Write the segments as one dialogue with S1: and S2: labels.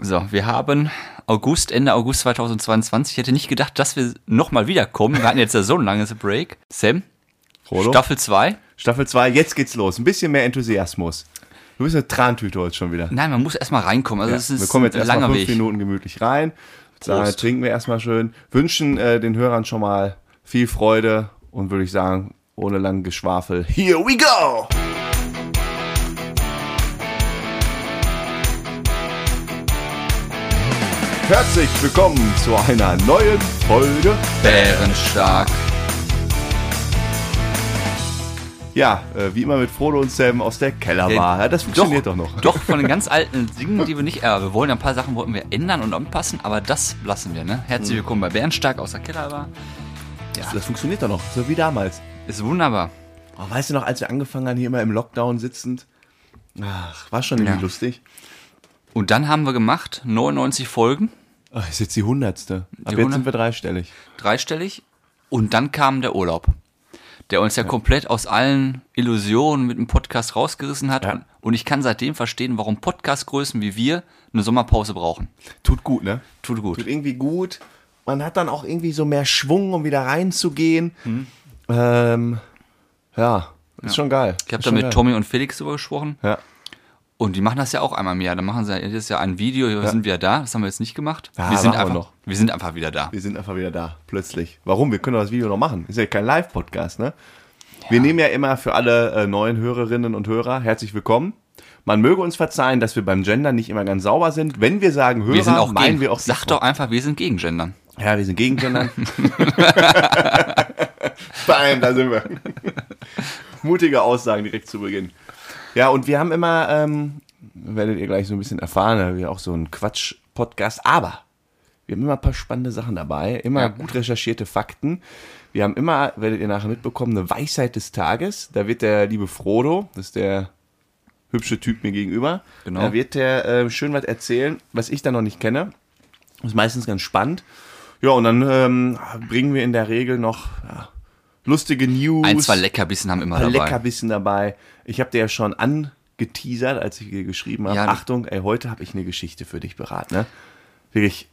S1: So, wir haben August, Ende August 2022. Ich hätte nicht gedacht, dass wir nochmal wiederkommen. Wir hatten jetzt ja so ein langes Break. Sam,
S2: Frodo?
S1: Staffel 2.
S2: Staffel 2, jetzt geht's los. Ein bisschen mehr Enthusiasmus. Du bist eine Trantüte heute schon wieder.
S1: Nein, man muss erstmal reinkommen. Also, es
S2: Ja,
S1: ist
S2: wir kommen jetzt
S1: ein
S2: erstmal
S1: langer Weg.
S2: fünf Minuten gemütlich rein. Dann
S1: Prost.
S2: trinken wir erstmal schön. Wünschen äh, den Hörern schon mal viel Freude und würde ich sagen, ohne lang Geschwafel. Here we go! Herzlich willkommen zu einer neuen Folge.
S1: Bärenstark.
S2: Ja, äh, wie immer mit Frodo und Sam aus der Kellerbar. Ja, das funktioniert doch, noch.
S1: Doch, von den ganz alten Dingen, die wir nicht. Äh, wir wollen ein paar Sachen wollten wir ändern und anpassen, aber das lassen wir, ne?
S2: Mhm.
S1: Herzlich willkommen bei Bärenstark aus der Kellerbar.
S2: Das funktioniert doch noch, so wie damals.
S1: Ist wunderbar.
S2: Oh, weißt du noch, als wir angefangen haben, hier immer im Lockdown sitzend? Ach, war schon irgendwie
S1: Ja.
S2: lustig.
S1: Und dann haben wir gemacht 99 Folgen,
S2: Oh, ist jetzt die hundertste. Ab jetzt
S1: 100?
S2: sind wir dreistellig.
S1: dreistellig. Und dann kam der Urlaub, der uns ja, komplett aus allen Illusionen mit dem Podcast rausgerissen hat.
S2: Ja.
S1: Und, und ich kann seitdem verstehen, warum Podcastgrößen wie wir eine Sommerpause brauchen.
S2: Tut gut, ne?
S1: Tut gut.
S2: Tut irgendwie gut. Man hat dann auch irgendwie so mehr Schwung, um wieder reinzugehen. Ähm, Hm. ja, ist schon geil.
S1: Ich habe
S2: Ist
S1: da
S2: schon
S1: mit
S2: geil.
S1: Tommy und Felix drüber gesprochen.
S2: Ja.
S1: Und die machen das ja auch einmal im Jahr. Dann machen sie ja jedes Jahr ein Video, hier sind wir da. Das haben wir jetzt nicht gemacht.
S2: Ja,
S1: wir, sind
S2: machen wir
S1: einfach,
S2: noch.
S1: wir sind einfach wieder da.
S2: Wir sind einfach wieder da, plötzlich. Warum? Wir können doch das Video noch machen. Ist ja kein Live-Podcast, ne? Wir nehmen ja immer für alle äh, neuen Hörerinnen und Hörer herzlich willkommen. Man möge uns verzeihen, dass wir beim Gender nicht immer ganz sauber sind. Wenn wir sagen Hörer,
S1: Wir sind auch
S2: meinen
S1: gegen.
S2: wir auch die
S1: Sag doch einfach, wir sind gegen Gendern.
S2: Ja, wir sind gegen Gendern. Bam, da sind wir. Mutige Aussagen direkt zu Beginn. Ja, und wir haben immer, ähm, werdet ihr gleich so ein bisschen erfahren, da wir auch so einen Quatsch-Podcast, aber wir haben immer ein paar spannende Sachen dabei, immer
S1: Ja.
S2: gut recherchierte Fakten. Wir haben immer, werdet ihr nachher mitbekommen, eine Weisheit des Tages. Da wird der liebe Frodo, das ist der hübsche Typ mir gegenüber,
S1: Genau.
S2: da wird der äh, schön was erzählen, was ich da noch nicht kenne. Ist meistens ganz spannend. Ja, und dann ähm, bringen wir in der Regel noch ja, lustige News.
S1: Ein, zwei Leckerbissen haben immer
S2: ein paar
S1: dabei.
S2: Leckerbissen dabei. Ich habe dir ja schon angeteasert, als ich dir geschrieben habe.
S1: Ja, du-
S2: Achtung, ey, heute habe ich eine Geschichte für dich beraten. Ne? Wirklich,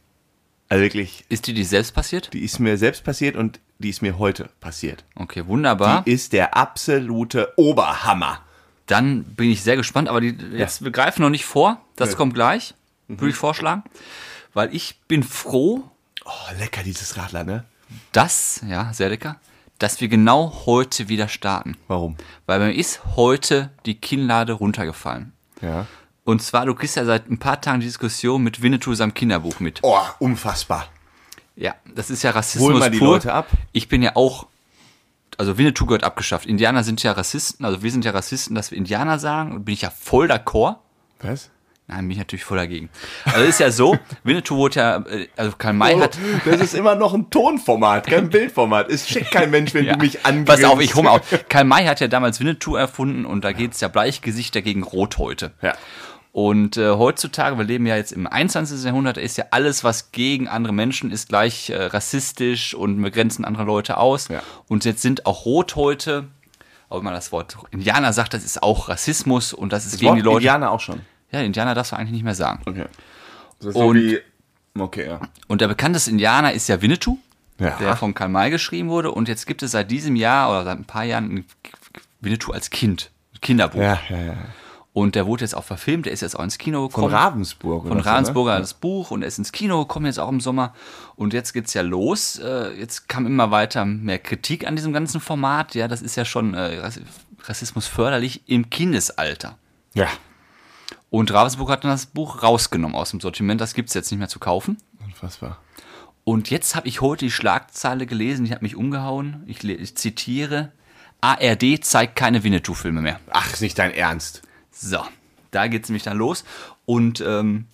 S2: also wirklich,
S1: Ist dir die selbst passiert?
S2: die ist mir selbst passiert und die ist mir heute passiert.
S1: Okay,
S2: Die
S1: wunderbar.
S2: ist der absolute Oberhammer.
S1: Dann bin ich sehr gespannt, aber die, jetzt wir greifen noch nicht vor. Das
S2: Nö.
S1: kommt gleich,
S2: Mhm.
S1: würde ich vorschlagen. Weil ich bin froh,
S2: Oh, lecker dieses Radler, ne?
S1: dass, ja, sehr lecker, dass wir genau heute wieder starten.
S2: Warum?
S1: Weil mir ist heute die Kinnlade runtergefallen.
S2: Ja.
S1: Und zwar, du kriegst ja seit ein paar Tagen die Diskussion mit Winnetou seinem Kinderbuch mit.
S2: Oh, unfassbar.
S1: Ja, das ist ja Rassismus
S2: mal die
S1: pur.
S2: Leute ab.
S1: Ich bin ja auch, also Winnetou gehört abgeschafft. Indianer sind ja Rassisten, also wir sind ja Rassisten, dass wir Indianer sagen. Und bin ich ja voll d'accord.
S2: Was?
S1: Nein, bin ich natürlich voll dagegen. Also ist ja so, Winnetou wurde ja, äh, also Karl
S2: Oh,
S1: May hat...
S2: Das ist immer noch ein Tonformat, kein Bildformat. Es schickt kein Mensch, wenn
S1: Ja.
S2: du mich angibst.
S1: Pass auf, ich hole mal auf. Karl May hat ja damals Winnetou erfunden und da geht's ja Bleichgesichter gegen Rothäute.
S2: Ja.
S1: Und äh, heutzutage, wir leben ja jetzt im 21. Jahrhundert, ist ja alles, was gegen andere Menschen ist, gleich äh, rassistisch und wir grenzen andere Leute aus.
S2: Ja.
S1: Und jetzt sind auch Rothäute, auch wenn man das Wort Indianer sagt, das ist auch Rassismus und das ist gegen die Leute.
S2: Indianer auch schon.
S1: Ja, Indianer darfst du eigentlich nicht mehr sagen.
S2: Okay. Das ist
S1: Und-
S2: Okay, ja.
S1: Und der bekannteste Indianer ist ja Winnetou,
S2: Ja.
S1: der von Karl May geschrieben wurde. Und jetzt gibt es seit diesem Jahr oder seit ein paar Jahren ein Winnetou als Kind, ein Kinderbuch.
S2: Ja, ja, ja.
S1: Und der wurde jetzt auch verfilmt, der ist jetzt auch ins Kino gekommen.
S2: Von Ravensburg.
S1: Von
S2: oder so, ne?
S1: Ravensburger das Buch und er ist ins Kino gekommen, jetzt auch im Sommer. Und jetzt geht's ja los. Äh, Jetzt kam immer weiter mehr Kritik an diesem ganzen Format. Ja, das ist ja schon äh, Rass- Rassismus förderlich im Kindesalter.
S2: Ne? Ja.
S1: Und Ravensburg hat dann das Buch rausgenommen aus dem Sortiment. Das gibt's jetzt nicht mehr zu kaufen.
S2: Unfassbar.
S1: Und jetzt habe ich heute die Schlagzeile gelesen, die hat mich umgehauen. Ich, le- ich zitiere: ARD zeigt keine Winnetou-Filme mehr.
S2: Ach, ist nicht dein Ernst.
S1: So, da geht's nämlich dann los. Und ähm,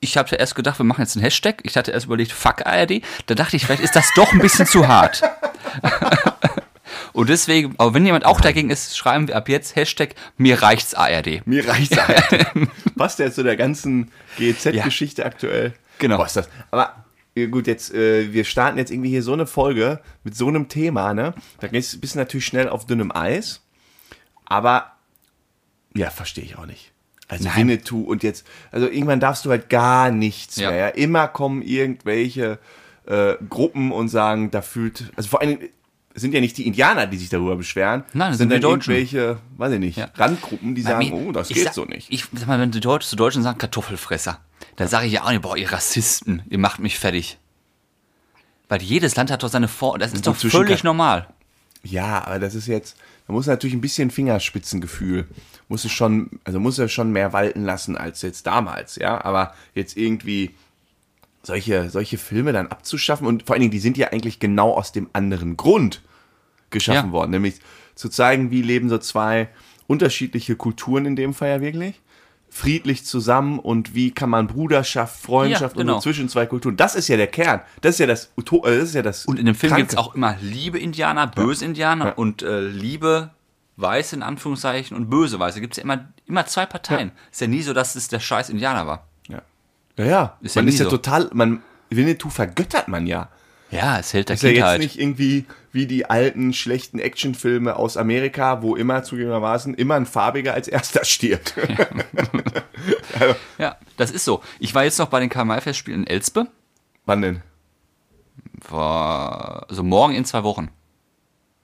S1: ich habe ja erst gedacht, wir machen jetzt einen Hashtag. Ich hatte erst überlegt, fuck ARD. Da dachte ich, vielleicht ist das doch ein bisschen zu hart. Und deswegen, aber wenn jemand auch dagegen ist, schreiben wir ab jetzt Hashtag mir reicht's ARD.
S2: Mir reicht's halt. Passt ja zu der ganzen GEZ-Geschichte aktuell.
S1: Genau.
S2: Boah, ist das. Aber ja, gut, jetzt, äh, wir starten jetzt irgendwie hier so eine Folge mit so einem Thema, ne? Da geht's- bist du natürlich schnell auf dünnem Eis. Aber ja, verstehe ich auch nicht. Also Winnetou und jetzt, also irgendwann darfst du halt gar nichts
S1: Ja.
S2: mehr. Ja? Immer kommen irgendwelche äh, Gruppen und sagen, da fühlt, also vor allem es sind ja nicht die Indianer, die sich darüber beschweren.
S1: Nein, das
S2: es
S1: sind
S2: sind,
S1: wir
S2: dann
S1: Deutschen.
S2: irgendwelche, weiß ich nicht,
S1: Ja.
S2: Randgruppen, die sagen,
S1: Bei mir-
S2: oh, das
S1: ich
S2: geht
S1: sag-
S2: so nicht.
S1: Ich sag mal, wenn die Deutschen zu Deutschen sagen, Kartoffelfresser, dann sage ich ja auch nicht, boah, ihr Rassisten, ihr macht mich fertig. Weil jedes Land hat doch seine Vor- Das ist doch
S2: zwischen
S1: völlig
S2: Ka-
S1: normal.
S2: Ja, aber das ist jetzt, da muss natürlich ein bisschen Fingerspitzengefühl, muss es schon, also muss er schon mehr walten lassen als jetzt damals, ja, aber jetzt irgendwie solche, solche Filme dann abzuschaffen und vor allen Dingen, die sind ja eigentlich genau aus dem anderen Grund geschaffen
S1: Ja.
S2: worden, nämlich zu zeigen, wie leben so zwei unterschiedliche Kulturen in dem Fall ja wirklich friedlich zusammen und wie kann man Bruderschaft, Freundschaft
S1: Ja, genau.
S2: und so zwischen zwei Kulturen, das ist ja der Kern, das ist ja das, Uto äh, das ist ja das
S1: Und in dem Film
S2: Kranke.
S1: gibt es auch immer liebe Indianer, böse Indianer und äh, liebe Weiße in Anführungszeichen und böse Weiße. Gibt es ja immer, immer zwei Parteien. Ist ja nie so, dass es der scheiß Indianer war.
S2: Ja. Ja, ja.
S1: Ist ja
S2: man
S1: nie
S2: ist ja
S1: so.
S2: total, man, Winnetou vergöttert man ja.
S1: Ja, es hält der
S2: Ist ja jetzt
S1: Kindheit.
S2: nicht irgendwie wie die alten schlechten Actionfilme aus Amerika, wo immer zugegebenermaßen immer ein Farbiger als erster stirbt.
S1: Ja, das ist so. Ich war jetzt noch bei den Karl-May-Festspielen in Elspe.
S2: Wann denn?
S1: Vor, also morgen in zwei Wochen.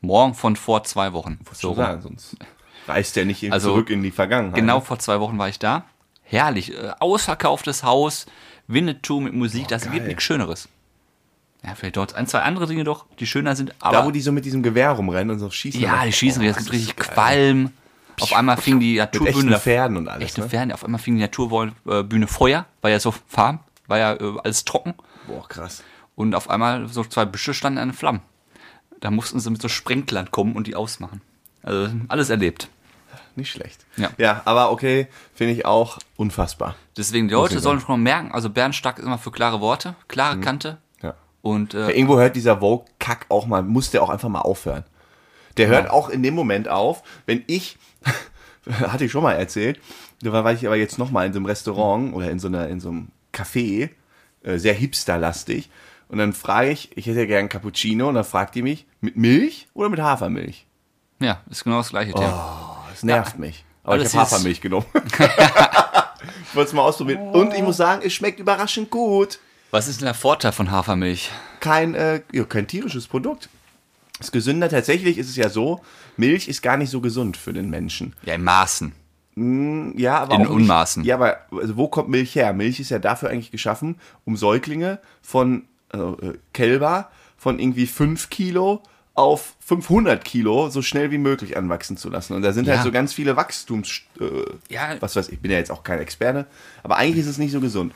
S1: Morgen von vor zwei Wochen. So
S2: Schon
S1: rum.
S2: sagen, sonst reist der nicht in-
S1: Also,
S2: zurück in die Vergangenheit.
S1: Genau vor zwei Wochen war ich da. Herrlich. Äh, ausverkauftes Haus, Winnetou mit Musik, das
S2: Oh, geil.
S1: wird nichts Schöneres. Ja, vielleicht dort ein, zwei andere Dinge doch, die schöner sind, aber.
S2: Da, wo die so mit diesem Gewehr rumrennen und so schießen.
S1: ja, die schießen,
S2: Oh,
S1: jetzt
S2: das
S1: gibt
S2: ist
S1: richtig
S2: geil.
S1: Qualm. Auf einmal fing die
S2: Mit echten
S1: Naturbühne.
S2: Pferden und alles.
S1: Echte
S2: Ne?
S1: Ferne, auf einmal fing die Naturbühne Feuer, war ja so Farm, war ja äh, alles trocken.
S2: Boah, krass.
S1: Und auf einmal so zwei Büsche standen in Flammen. Da mussten sie mit so Sprenklern kommen und die ausmachen. Also alles erlebt.
S2: Nicht schlecht.
S1: Ja.
S2: ja aber okay, finde ich auch unfassbar.
S1: Deswegen, die Leute
S2: ich Mhm.
S1: sollen schon mal merken, also Bernd Stark ist immer für klare Worte, klare Kante.
S2: Ja.
S1: Und
S2: Ja,
S1: äh,
S2: irgendwo hört dieser Vogue-Kack auch mal, muss der auch einfach mal aufhören. Der hört auch in dem Moment auf, wenn ich, hatte ich schon mal erzählt, da war war ich aber jetzt nochmal in so einem Restaurant oder in so, einer, in so einem Café, äh, sehr hipsterlastig. Und dann frage ich, ich hätte ja gern Cappuccino und dann fragt die mich, mit Milch oder mit Hafermilch?
S1: ja, ist genau das gleiche
S2: Oh.
S1: Thema.
S2: Das nervt mich. Aber
S1: Alles
S2: ich habe
S1: ist-
S2: Hafermilch genommen. ich wollte es mal ausprobieren. Und ich muss sagen, es schmeckt überraschend gut.
S1: Was ist denn der Vorteil von Hafermilch?
S2: kein, äh, ja, kein tierisches Produkt. Ist gesünder. Tatsächlich ist es ja so, Milch ist gar nicht so gesund für den Menschen.
S1: Ja, in Maßen.
S2: Ja, aber
S1: In
S2: auch nicht-
S1: Unmaßen.
S2: Ja, aber also wo kommt Milch her? Milch ist ja dafür eigentlich geschaffen, um Säuglinge von also, äh, Kälber von irgendwie 5 Kilo auf 500 Kilo so schnell wie möglich anwachsen zu lassen. Und da sind
S1: Ja.
S2: halt so ganz viele Wachstums... Äh,
S1: Ja.
S2: Was weiß ich, ich bin ja jetzt auch kein Experte, aber eigentlich ist es nicht so gesund.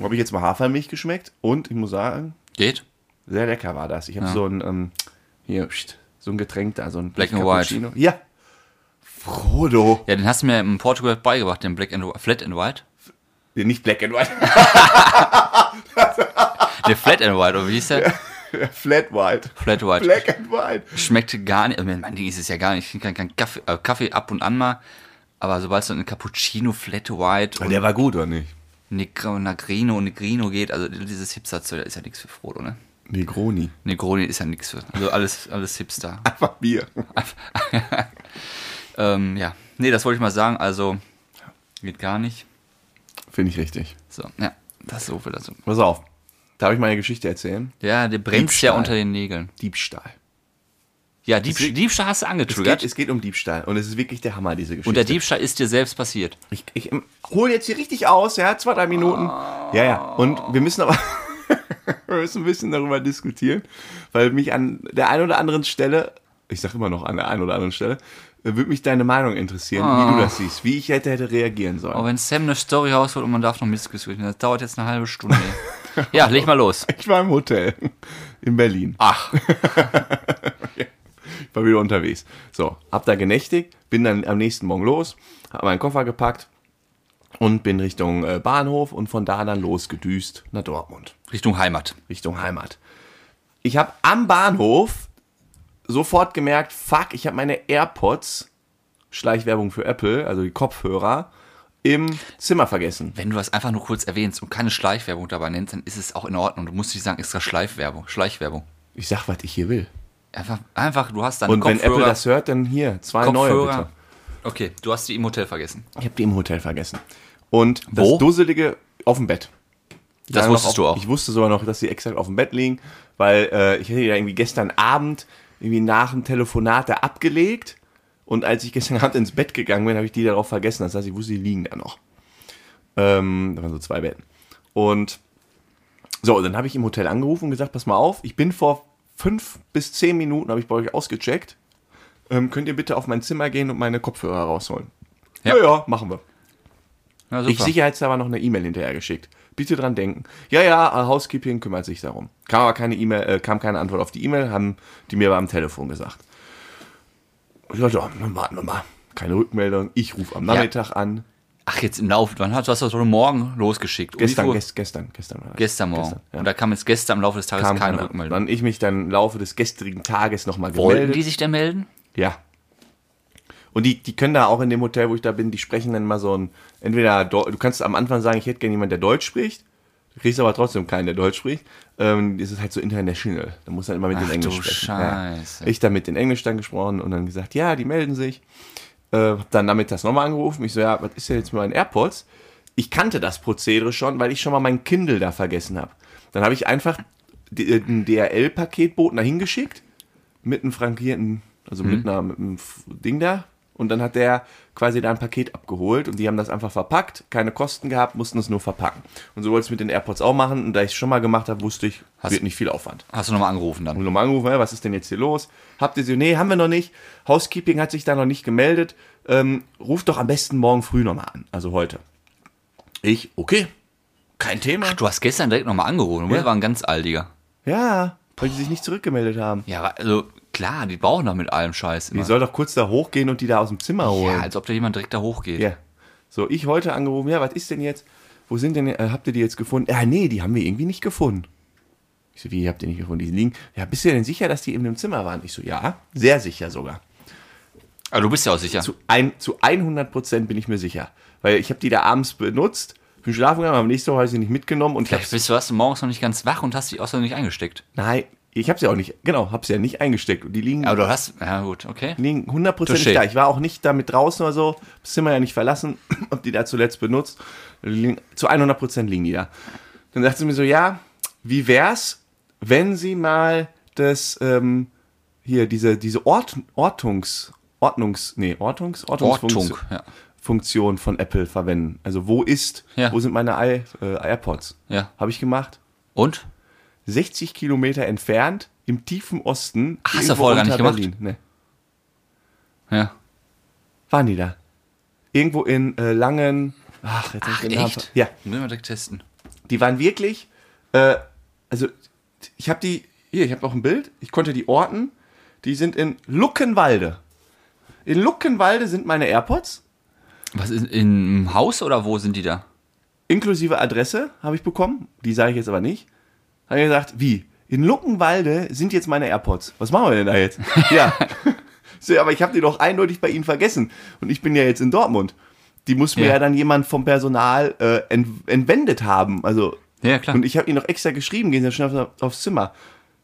S2: Habe ich jetzt mal Hafermilch geschmeckt und ich muss sagen,
S1: Geht?
S2: Sehr lecker war das. Ich habe so ein, ähm, hier, pst, so ein Getränk da, so ein
S1: Black and White.
S2: Cappuccino. Ja. Frodo.
S1: Ja, den hast du mir in Portugal beigebracht, den Black and Flat and White.
S2: Nee, Nicht Black and White, Ah.
S1: Der Flat and White, oder wie hieß der?
S2: Flat White.
S1: Flat White.
S2: Black and White.
S1: Schmeckte gar nicht, also, mein Ding ist es ja gar nicht. Ich trinke keinen Kaffee, äh, Kaffee ab und an mal. Aber sobald es dann in Cappuccino, Flat White und
S2: der war gut, oder nicht?
S1: Negro, Negrino und Negrino geht, also dieses Hipster-Zeug, das ist ja nichts für Frodo, ne?
S2: Negroni.
S1: Negroni ist ja nichts für. Also alles, alles Hipster.
S2: Einfach Bier.
S1: ähm, ja. Nee, das wollte ich mal sagen. Also, geht gar nicht.
S2: Finde ich richtig.
S1: So, ja. Das ist so viel dazu.
S2: Pass auf. Darf ich meine Geschichte erzählen?
S1: Ja, der brennt ja
S2: Diebstahl.
S1: unter den Nägeln.
S2: Diebstahl.
S1: Ja, Diebstahl,
S2: geht-
S1: Diebstahl hast du
S2: Es geht,
S1: angetriggert.
S2: es geht um Diebstahl und es ist wirklich der Hammer, diese Geschichte.
S1: und der Diebstahl ist dir selbst passiert.
S2: Ich, ich ähm, hole jetzt hier richtig aus, ja, zwei, drei Minuten. Ja, ja. Und wir müssen aber wir müssen ein bisschen darüber diskutieren, weil mich an der einen oder anderen Stelle, ich sag immer noch an der einen oder anderen Stelle, äh, würde mich deine Meinung interessieren, wie du das siehst, wie ich hätte, hätte reagieren sollen.
S1: Aber wenn Sam eine Story rausholt und man darf noch mitdiskutieren, das dauert jetzt eine halbe Stunde. ja, leg mal los.
S2: Ich war im Hotel in Berlin.
S1: Ach,
S2: Ich war wieder unterwegs. So, hab da genächtigt, bin dann am nächsten Morgen los, hab meinen Koffer gepackt und bin Richtung äh, Bahnhof und von da dann losgedüst nach Dortmund.
S1: Richtung Heimat.
S2: Richtung Heimat. Ich habe am Bahnhof sofort gemerkt, fuck, ich habe meine AirPods, Schleichwerbung für Apple, also die Kopfhörer, im Zimmer vergessen.
S1: Wenn du das einfach nur kurz erwähnst und keine Schleichwerbung dabei nennst, dann ist es auch in Ordnung. Du musst nicht sagen, extra Schleifwerbung, Schleichwerbung.
S2: Ich sag, was ich hier will.
S1: Einfach, einfach du hast deine
S2: Und wenn
S1: Kopfhörer.
S2: Apple das hört, dann hier, zwei neue
S1: Kopfhörer
S2: bitte.
S1: Okay, du hast die im Hotel vergessen.
S2: Ich habe die im Hotel vergessen. Und
S1: Wo?
S2: das Dusselige auf dem Bett.
S1: Das
S2: Ja, noch
S1: wusstest
S2: auf,
S1: du auch.
S2: Ich wusste sogar noch, dass sie exakt auf dem Bett liegen, weil äh, ich hätte die ja irgendwie gestern Abend irgendwie nach dem Telefonat da abgelegt. Und als ich gestern Abend ins Bett gegangen bin, habe ich die darauf vergessen. Das heißt, ich wusste, die liegen da noch. Ähm, da waren so zwei Betten. Und so, dann habe ich im Hotel angerufen und gesagt, pass mal auf, ich bin vor fünf bis zehn Minuten, habe ich bei euch ausgecheckt. Ähm, könnt ihr bitte auf mein Zimmer gehen und meine Kopfhörer rausholen?
S1: Ja.
S2: ja, ja machen wir.
S1: Na,
S2: Ich
S1: super.
S2: sicherheitshalber noch eine E-Mail hinterher geschickt. Bitte dran denken. Ja, ja, äh, Housekeeping kümmert sich darum. Kam aber keine E-Mail, äh, kam keine Antwort auf die E-Mail, haben die mir aber am Telefon gesagt. Ich dachte, oh, dann warten wir mal. Keine Rückmeldung. Ich rufe am Nachmittag an.
S1: Ach, jetzt im Laufe. Wann hast du hast das heute Morgen losgeschickt? Um wie viel
S2: Gestern,
S1: Uhr?
S2: gest, gestern, gestern. war das.
S1: gestern Morgen.
S2: ja.
S1: Und da kam jetzt gestern im Laufe des Tages
S2: Kam
S1: keine Rückmeldung.
S2: Dann ich mich dann im Laufe des gestrigen Tages nochmal
S1: Wollten
S2: gemeldet.
S1: die sich denn melden?
S2: Ja. Und die, die können da auch in dem Hotel, wo ich da bin, die sprechen dann mal so ein, entweder, Deu- du kannst am Anfang sagen, ich hätte gerne jemanden, der Deutsch spricht, du kriegst aber trotzdem keinen, der Deutsch spricht. Ähm, das ist halt so international. Da muss dann immer mit
S1: Ach
S2: den Englisch
S1: du
S2: sprechen.
S1: Scheiße.
S2: Ja. Ich da mit den Englisch dann gesprochen und dann gesagt, ja, die melden sich. Äh, hab dann damit das nochmal angerufen. Ich so, ja, was ist denn jetzt mit meinen AirPods? Ich kannte das Prozedere schon, weil ich schon mal meinen Kindle da vergessen habe. Dann habe ich einfach die- äh, einen DRL-Paketboten dahin geschickt mit einem frankierten, also mit, einer, mit einem F- Ding da. Und dann hat der quasi da ein Paket abgeholt und die haben das einfach verpackt, keine Kosten gehabt, mussten es nur verpacken. Und so wollte ich es mit den AirPods auch machen. Und da ich es schon mal gemacht habe, wusste ich,
S1: Hast-
S2: wird nicht viel Aufwand.
S1: Hast du nochmal angerufen dann?
S2: Und nochmal angerufen, hey, was ist denn jetzt hier los? Habt ihr sie? Nee, haben wir noch nicht. Housekeeping hat sich da noch nicht gemeldet. Ähm, ruft doch am besten morgen früh nochmal an. Also heute. Ich, okay. Kein Thema.
S1: Du hast gestern direkt nochmal angerufen. Du
S2: Ja.
S1: war ein ganz aldiger.
S2: Ja, weil die sich nicht zurückgemeldet haben.
S1: Ja, aber also klar, die brauchen doch mit allem Scheiß
S2: Die
S1: immer.
S2: soll doch kurz da hochgehen und die da aus dem Zimmer
S1: Ja,
S2: holen.
S1: als ob da jemand direkt da hochgeht.
S2: Ja. So, ich heute angerufen, ja, was ist denn jetzt? Wo sind denn, äh, habt ihr die jetzt gefunden? Ja, nee, die haben wir irgendwie nicht gefunden. Ich so, wie habt ihr nicht gefunden? Die liegen. Ja, bist du denn sicher, dass die in dem Zimmer waren? Ich so, ja, sehr sicher sogar.
S1: Aber du bist ja auch sicher.
S2: Zu, ein, zu 100 Prozent bin ich mir sicher. Weil ich habe die da abends benutzt, bin schlafen gegangen, aber am nächsten Tag habe ich sie nicht mitgenommen und ich
S1: Vielleicht
S2: hab's,
S1: bist du, warst du morgens noch nicht ganz wach und hast dich außerdem nicht eingesteckt.
S2: nein, ich habe sie auch nicht, genau, habe sie ja nicht eingesteckt. Und die liegen,
S1: Aber du hast, ja gut, okay.
S2: liegen 100 Prozent
S1: Touché.
S2: da. Ich war auch nicht damit draußen oder so, das Zimmer ja nicht verlassen, hab die da zuletzt benutzt. Die Liegen, zu 100 Prozent liegen die da. Dann sagt sie mir so, ja, wie wär's, wenn sie mal das, ähm, hier, diese, diese Ort, Ortungs, Ordnungs, nee, Ortungs, Ortungsfunktion-
S1: Ortung, ja.
S2: Funktion von Apple verwenden. Also wo ist,
S1: Ja.
S2: wo sind meine I, äh, AirPods?
S1: Ja.
S2: Habe ich gemacht.
S1: Und?
S2: 60 Kilometer entfernt, im tiefen Osten.
S1: hast du
S2: irgendwo
S1: vorher gar
S2: unter
S1: nicht gemacht?
S2: Nee.
S1: Ja.
S2: Waren die da? Irgendwo in äh, Langen. Ach, jetzt hab
S1: Ach,
S2: ich den Namen
S1: echt?
S2: ver- Ja,
S1: Müssen wir direkt testen.
S2: die waren wirklich. Äh, also ich habe die. Hier, ich habe noch ein Bild. Ich konnte die orten. Die sind in Luckenwalde. In Luckenwalde sind meine AirPods.
S1: Was ist im Haus oder wo sind die da?
S2: inklusive Adresse habe ich bekommen, die sage ich jetzt aber nicht. Habe ich gesagt, wie? In Luckenwalde sind jetzt meine AirPods. Was machen wir denn da jetzt? ja. So, aber ich habe die doch eindeutig bei Ihnen vergessen. Und ich bin ja jetzt in Dortmund. Die muss mir
S1: Ja.
S2: ja, dann jemand vom Personal äh, ent entwendet haben. Also,
S1: Ja, klar.
S2: Und ich habe ihr noch extra geschrieben, gehen Sie schnell auf, aufs Zimmer.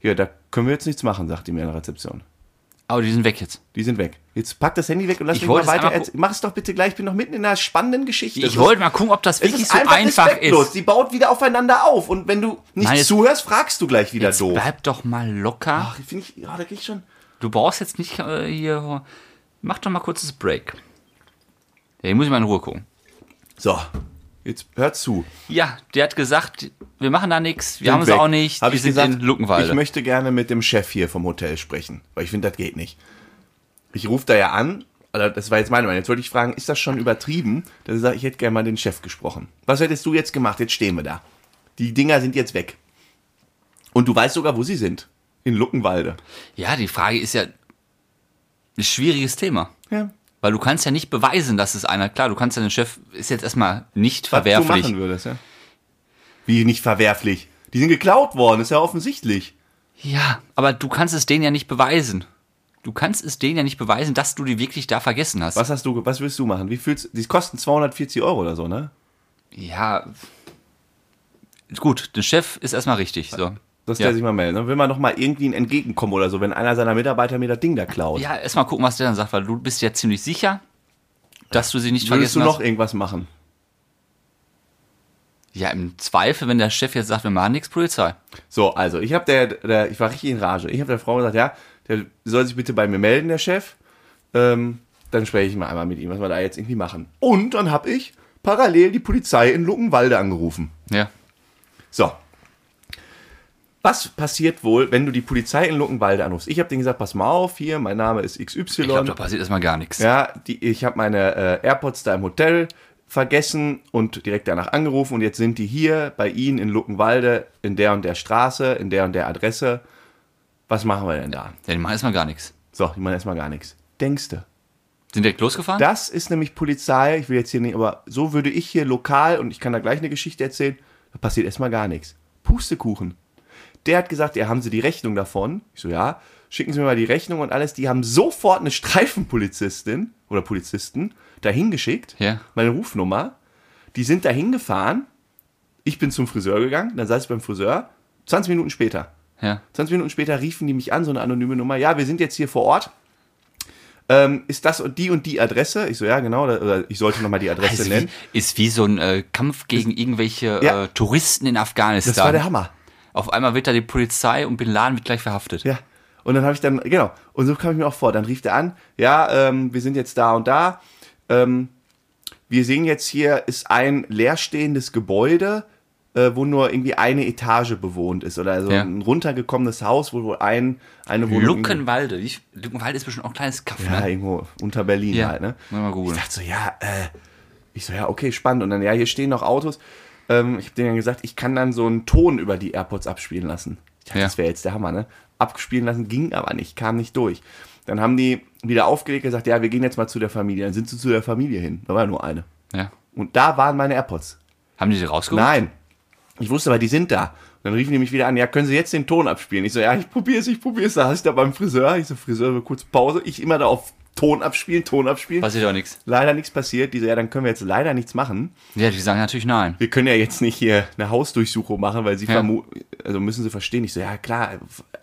S2: Ja, da können wir jetzt nichts machen, sagt die mir in der Rezeption.
S1: Aber die sind weg jetzt.
S2: Die sind weg. Jetzt pack das Handy weg und lass
S1: Ich
S2: mich mal
S1: wollte es
S2: weiter.
S1: einmal
S2: erz- Mach es doch bitte gleich, ich bin noch mitten in einer spannenden Geschichte. Das
S1: ich
S2: ist-
S1: wollte mal gucken, ob das
S2: es
S1: wirklich
S2: ist
S1: so
S2: einfach,
S1: einfach
S2: respektlos.
S1: ist.
S2: Die baut wieder aufeinander auf. Und wenn du nicht
S1: Nein, jetzt-
S2: zuhörst, fragst du gleich wieder doof.
S1: Bleib doch mal locker.
S2: Ach, finde ich, ja, da krieg ich schon.
S1: Du brauchst jetzt nicht äh, hier. Mach doch mal kurzes Break. Ja, hier muss ich mal in Ruhe gucken.
S2: So, jetzt hör zu.
S1: Ja, der hat gesagt, wir machen da nichts, wir haben es auch nicht.
S2: Habe
S1: die
S2: ich
S1: sind
S2: gesagt,
S1: in Luckenwalde.
S2: ich möchte gerne mit dem Chef hier vom Hotel sprechen, weil ich finde, das geht nicht. Ich rufe da ja an, also das war jetzt meine Meinung. Jetzt wollte ich fragen, ist das schon übertrieben? Dass ich sage, ich hätte gerne mal den Chef gesprochen. Was hättest du jetzt gemacht? Jetzt stehen wir da. Die Dinger sind jetzt weg. Und du weißt sogar, wo sie sind. In Luckenwalde.
S1: ja, die Frage ist ja ein schwieriges Thema.
S2: Ja.
S1: Weil du kannst ja nicht beweisen, dass es einer, klar, du kannst ja den Chef, ist jetzt erstmal nicht
S2: was du
S1: verwerflich.
S2: machen würdest, ja. Wie nicht verwerflich? Die sind geklaut worden, ist ja offensichtlich.
S1: Ja, aber du kannst es denen ja nicht beweisen. Du kannst es denen ja nicht beweisen, dass du die wirklich da vergessen hast.
S2: Was hast du, ge- was willst du machen? Wie fühlst Die kosten 240 Euro oder so, ne?
S1: Ja. Gut, der Chef ist erstmal richtig. So.
S2: Dass
S1: ja.
S2: der sich mal meldet. ne? Will man noch mal irgendwie ein entgegenkommen oder so, wenn einer seiner Mitarbeiter mir das Ding da klaut.
S1: ja, erstmal gucken, was der dann sagt, weil du bist ja ziemlich sicher. dass du sie nicht
S2: Würdest du
S1: vergessen
S2: noch
S1: hast.
S2: irgendwas machen?
S1: Ja, im Zweifel, wenn der Chef jetzt sagt, wir machen nichts, Polizei.
S2: So, also ich habe der, der, ich war richtig in Rage. Ich habe der Frau gesagt, ja, der soll sich bitte bei mir melden, der Chef. Ähm, dann spreche ich mal einmal mit ihm, was wir da jetzt irgendwie machen. Und dann habe ich parallel die Polizei in Luckenwalde angerufen.
S1: Ja.
S2: So. Was passiert wohl, wenn du die Polizei in Luckenwalde anrufst? Ich habe denen gesagt, pass mal auf, hier, mein Name ist XY.
S1: Ich glaube, da passiert erstmal gar nichts.
S2: Ja, die, ich habe meine äh, AirPods da im Hotel vergessen und direkt danach angerufen und jetzt sind die hier bei Ihnen in Luckenwalde in der und der Straße, in der und der Adresse. Was machen wir denn da?
S1: Ja, die machen erstmal gar nichts.
S2: So, die machen erstmal gar nichts. Denkste.
S1: Sind direkt losgefahren?
S2: Das ist nämlich Polizei, ich will jetzt hier nicht, aber so würde ich hier lokal und ich kann da gleich eine Geschichte erzählen, da passiert erstmal gar nichts. Pustekuchen. Der hat gesagt, ja, haben Sie die Rechnung davon? Ich so, ja, schicken Sie mir mal die Rechnung und alles. Die haben sofort eine Streifenpolizistin oder Polizisten dahin geschickt,
S1: Ja.
S2: meine Rufnummer. Die sind dahin gefahren. Ich bin zum Friseur gegangen, dann saß ich beim Friseur. 20 Minuten später.
S1: Ja.
S2: 20 Minuten später riefen die mich an, so eine anonyme Nummer. Ja, wir sind jetzt hier vor Ort. Ähm, ist das und die und die Adresse? Ich so, ja, genau. da- Oder ich sollte nochmal die Adresse
S1: Ist Also wie,
S2: nennen.
S1: ist wie so ein äh, Kampf gegen irgendwelche
S2: Ja.
S1: äh, Touristen in Afghanistan.
S2: Das war der Hammer.
S1: Auf einmal wird da die Polizei und Bin Laden wird gleich verhaftet.
S2: Ja. Und dann habe ich dann, genau. Und so kam ich mir auch vor. Dann rief der an, ja, ähm, wir sind jetzt da und da. Ähm, wir sehen jetzt hier, ist ein leerstehendes Gebäude, äh, wo nur irgendwie eine Etage bewohnt ist. Oder so
S1: Ja.
S2: ein runtergekommenes Haus, wo wohl ein, eine Wohnung.
S1: Luckenwalde. Ich, Luckenwalde ist bestimmt auch ein kleines Kaff,
S2: Ja,
S1: ne?
S2: irgendwo unter Berlin
S1: Ja.
S2: halt, ne?
S1: Muss man mal
S2: ich
S1: googeln.
S2: dachte so, ja, äh, ich so, ja, okay, spannend. Und dann, ja, hier stehen noch Autos. Ähm, ich habe denen dann gesagt, ich kann dann so einen Ton über die AirPods abspielen lassen. Ich dachte,
S1: Ja.
S2: das wäre jetzt der Hammer, ne? Abspielen lassen ging aber nicht, kam nicht durch. Dann haben die wieder aufgelegt und gesagt, ja, wir gehen jetzt mal zu der Familie. Dann sind sie zu der Familie hin. Da war ja nur eine.
S1: Ja.
S2: Und da waren meine AirPods.
S1: Haben die die rausgeholt?
S2: Nein. Ich wusste aber, die sind da. Und dann riefen die mich wieder an, ja, können Sie jetzt den Ton abspielen? Ich so, ja, ich probier's, ich probier's. Da saß ich da beim Friseur. Ich so, Friseur, wir kurz Pause. Ich immer da auf Ton abspielen, Ton abspielen.
S1: Passiert auch nichts.
S2: Leider nichts passiert. Die so, ja, dann können wir jetzt leider nichts machen.
S1: Ja, die sagen natürlich nein.
S2: Wir können ja jetzt nicht hier eine Hausdurchsuchung machen, weil sie
S1: Ja.
S2: vermu also müssen sie verstehen. Ich so, ja, klar,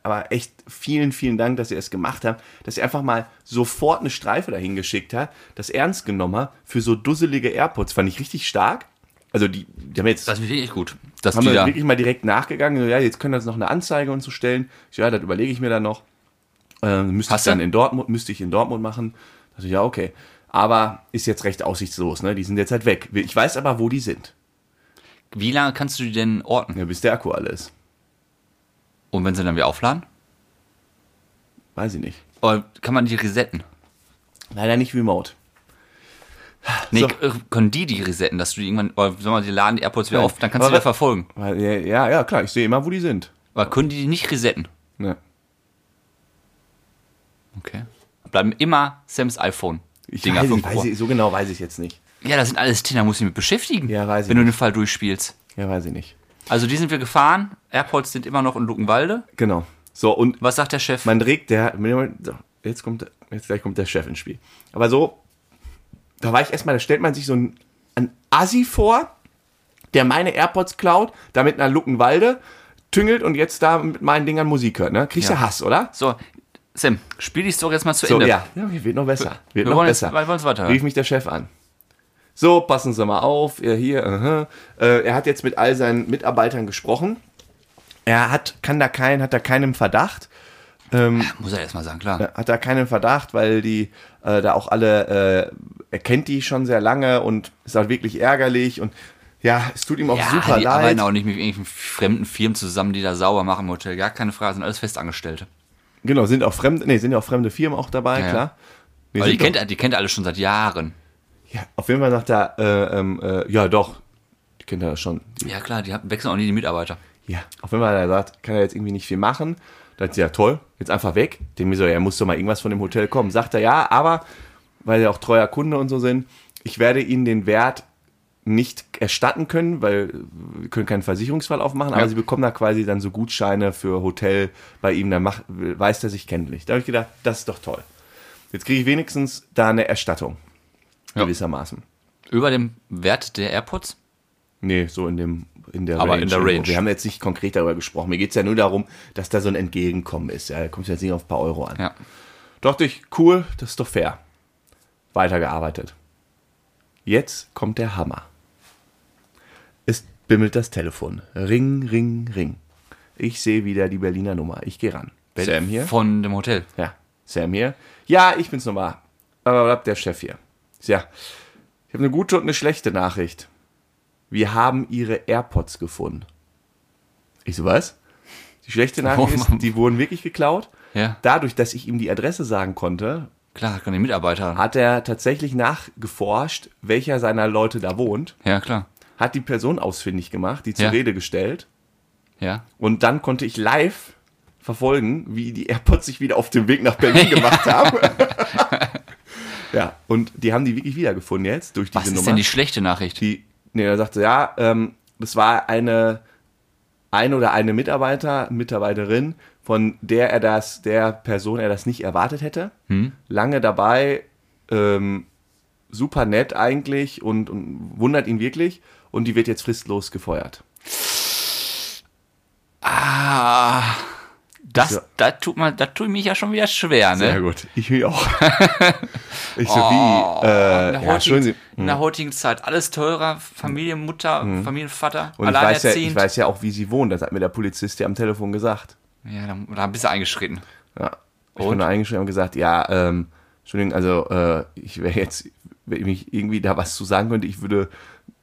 S2: aber echt vielen, vielen Dank, dass ihr das gemacht habt, dass ihr einfach mal sofort eine Streife dahin geschickt habt, das ernst genommen habt für so dusselige AirPods. Fand ich richtig stark. Also die, die haben jetzt
S1: Das finde ich echt gut. Dass
S2: haben
S1: die
S2: wir
S1: da,
S2: wirklich mal direkt nachgegangen. So, ja, jetzt können wir uns noch eine Anzeige und so stellen. Ich, so, ja, das überlege ich mir dann noch. Ähm, müsste
S1: Hast
S2: ich dann
S1: du?
S2: in Dortmund, müsste ich in Dortmund machen. Da dachte ich, ja, okay. Aber ist jetzt recht aussichtslos, ne? Die sind jetzt halt weg. Ich weiß aber, wo die sind.
S1: wie lange kannst du die denn orten?
S2: Ja, bis der Akku alle ist.
S1: Und wenn sie dann wieder aufladen?
S2: Weiß ich nicht.
S1: Oder kann man die resetten?
S2: Leider nicht remote.
S1: Nee,
S2: So.
S1: k- äh, können die die resetten, dass du die irgendwann, oder sagen wir mal, die laden die AirPods wieder
S2: Nein.
S1: auf, dann kannst
S2: Aber
S1: du wieder
S2: was-
S1: verfolgen.
S2: Weil, Ja, ja, klar, ich sehe immer, wo die sind.
S1: Aber können die die nicht resetten?
S2: Ne.
S1: Okay. Bleiben immer Sams iPhone.
S2: Ich
S1: Dinger
S2: weiß,
S1: vom
S2: ich, weiß
S1: Ohr.
S2: ich, so genau weiß ich jetzt nicht.
S1: Ja, das sind alles Themen, da musst du dich mit beschäftigen,
S2: Ja, weiß ich
S1: wenn du den Fall durchspielst.
S2: Ja, weiß ich nicht.
S1: Also die sind wir gefahren, AirPods sind immer noch in Luckenwalde.
S2: Genau. So, und
S1: Was sagt der Chef?
S2: man regt der so, jetzt kommt jetzt gleich kommt der Chef ins Spiel. Aber so da war ich erstmal, da stellt man sich so einen, einen Assi vor, der meine AirPods klaut, da mit einer Luckenwalde tüngelt und jetzt da mit meinen Dingern Musik hört, ne? Kriegst du
S1: Ja.
S2: Hass, oder?
S1: so, Sam, spiel die Story jetzt mal zu
S2: So,
S1: Ende.
S2: ja. ja, okay, wird noch besser.
S1: wir
S2: Wird noch
S1: wollen jetzt-
S2: besser.
S1: wir wollen es weiterhören.
S2: Rief mich der Chef an. So, passen Sie mal auf, ihr hier, aha. Äh, er hat jetzt mit all seinen Mitarbeitern gesprochen. Er hat, kann da keinen, hat da keinen Verdacht. Ähm,
S1: Muss er erst mal sagen, klar.
S2: hat da keinen Verdacht, weil die äh, da auch alle, äh, er kennt die schon sehr lange und ist halt wirklich ärgerlich und ja, es tut ihm auch super
S1: die
S2: leid.
S1: arbeiten auch nicht mit irgendwelchen fremden Firmen zusammen, die da sauber machen im Hotel. Gar keine Frage, sind alles Festangestellte.
S2: Genau, sind auch fremde, nee, sind ja auch fremde Firmen auch dabei,
S1: Ja, ja.
S2: klar. Nee,
S1: Weil Also, die
S2: sind doch-
S1: kennt, die kennt alle schon seit Jahren.
S2: ja, auf jeden Fall sagt er, äh, ähm, äh, ja doch, die kennt er schon. Die,
S1: Ja klar, die haben- wechseln auch nie die Mitarbeiter.
S2: ja, auf jeden Fall hat er gesagt, kann er jetzt irgendwie nicht viel machen. Da hat sie ja toll, jetzt einfach weg. Dem so, er muss doch mal irgendwas von dem Hotel kommen. Sagt er ja, aber weil sie auch treuer Kunde und so sind, ich werde ihnen den Wert nicht erstatten können, weil wir können keinen Versicherungsfall aufmachen, aber
S1: Ja.
S2: sie bekommen da quasi dann so Gutscheine für Hotel bei ihm, dann macht, weiß er sich kenntlich. Da habe ich gedacht, das ist doch toll. Jetzt kriege ich wenigstens da eine Erstattung.
S1: Ja.
S2: Gewissermaßen.
S1: Über dem Wert der AirPods?
S2: Nee, so in dem in der
S1: Aber
S2: Range.
S1: in der
S2: irgendwo.
S1: Range.
S2: Wir haben jetzt nicht konkret darüber gesprochen. Mir geht es ja nur darum, dass da so ein Entgegenkommen ist. Ja, da kommt jetzt nicht auf ein paar Euro an.
S1: Ja.
S2: Dachte ich, cool, das ist doch fair. Weitergearbeitet. Jetzt kommt der Hammer. Es bimmelt das Telefon. Ring, ring, ring. Ich sehe wieder die Berliner Nummer. Ich gehe ran. Wer-
S1: Von dem Hotel.
S2: Ja, Sam hier. Ja, ich bin's nochmal. Aber bleibt der Chef hier. Tja, ich habe eine gute und eine schlechte Nachricht. Wir haben ihre AirPods gefunden. Ich so, was? Die schlechte Nachricht
S1: Oh, Mann.
S2: ist, die wurden wirklich geklaut.
S1: Ja.
S2: Dadurch, dass ich ihm die Adresse sagen konnte,
S1: Klar, kann die Mitarbeiter.
S2: hat er tatsächlich nachgeforscht, welcher seiner Leute da wohnt,
S1: Ja, klar.
S2: hat die Person ausfindig gemacht, die zur
S1: Ja.
S2: Rede gestellt
S1: Ja.
S2: und dann konnte ich live verfolgen, wie die AirPods sich wieder auf dem Weg nach Berlin gemacht haben. ja, und die haben die wirklich wiedergefunden jetzt durch diese
S1: Was
S2: Nummer.
S1: ist denn die schlechte Nachricht?
S2: die, nee, er sagte, ja, ähm, das war eine, ein oder eine Mitarbeiter, Mitarbeiterin, von der er das, der Person er das nicht erwartet hätte.
S1: Hm.
S2: Lange dabei, ähm, super nett eigentlich und, und wundert ihn wirklich und die wird jetzt fristlos gefeuert.
S1: Ah, das,
S2: Ja.
S1: da tut man, da tut mich ja schon wieder schwer, ne?
S2: Sehr gut. Ich will auch. ich so
S1: Oh,
S2: wie,
S1: in, der
S2: äh, ja, schön.
S1: heutigen,
S2: Sie,
S1: in der heutigen Zeit alles teurer, Familienmutter, Familienvater,
S2: Mhm. und ich weiß, ja, ich
S1: alleinerziehend.
S2: weiß ja auch, wie sie wohnt. Das hat mir der Polizist ja am Telefon gesagt.
S1: ja, da, da bist du eingeschritten.
S2: Ja. Ich
S1: Und?
S2: bin da eingeschrieben und gesagt, ja, ähm, Entschuldigung, also äh, ich wäre jetzt, wenn ich irgendwie da was zu sagen könnte, ich würde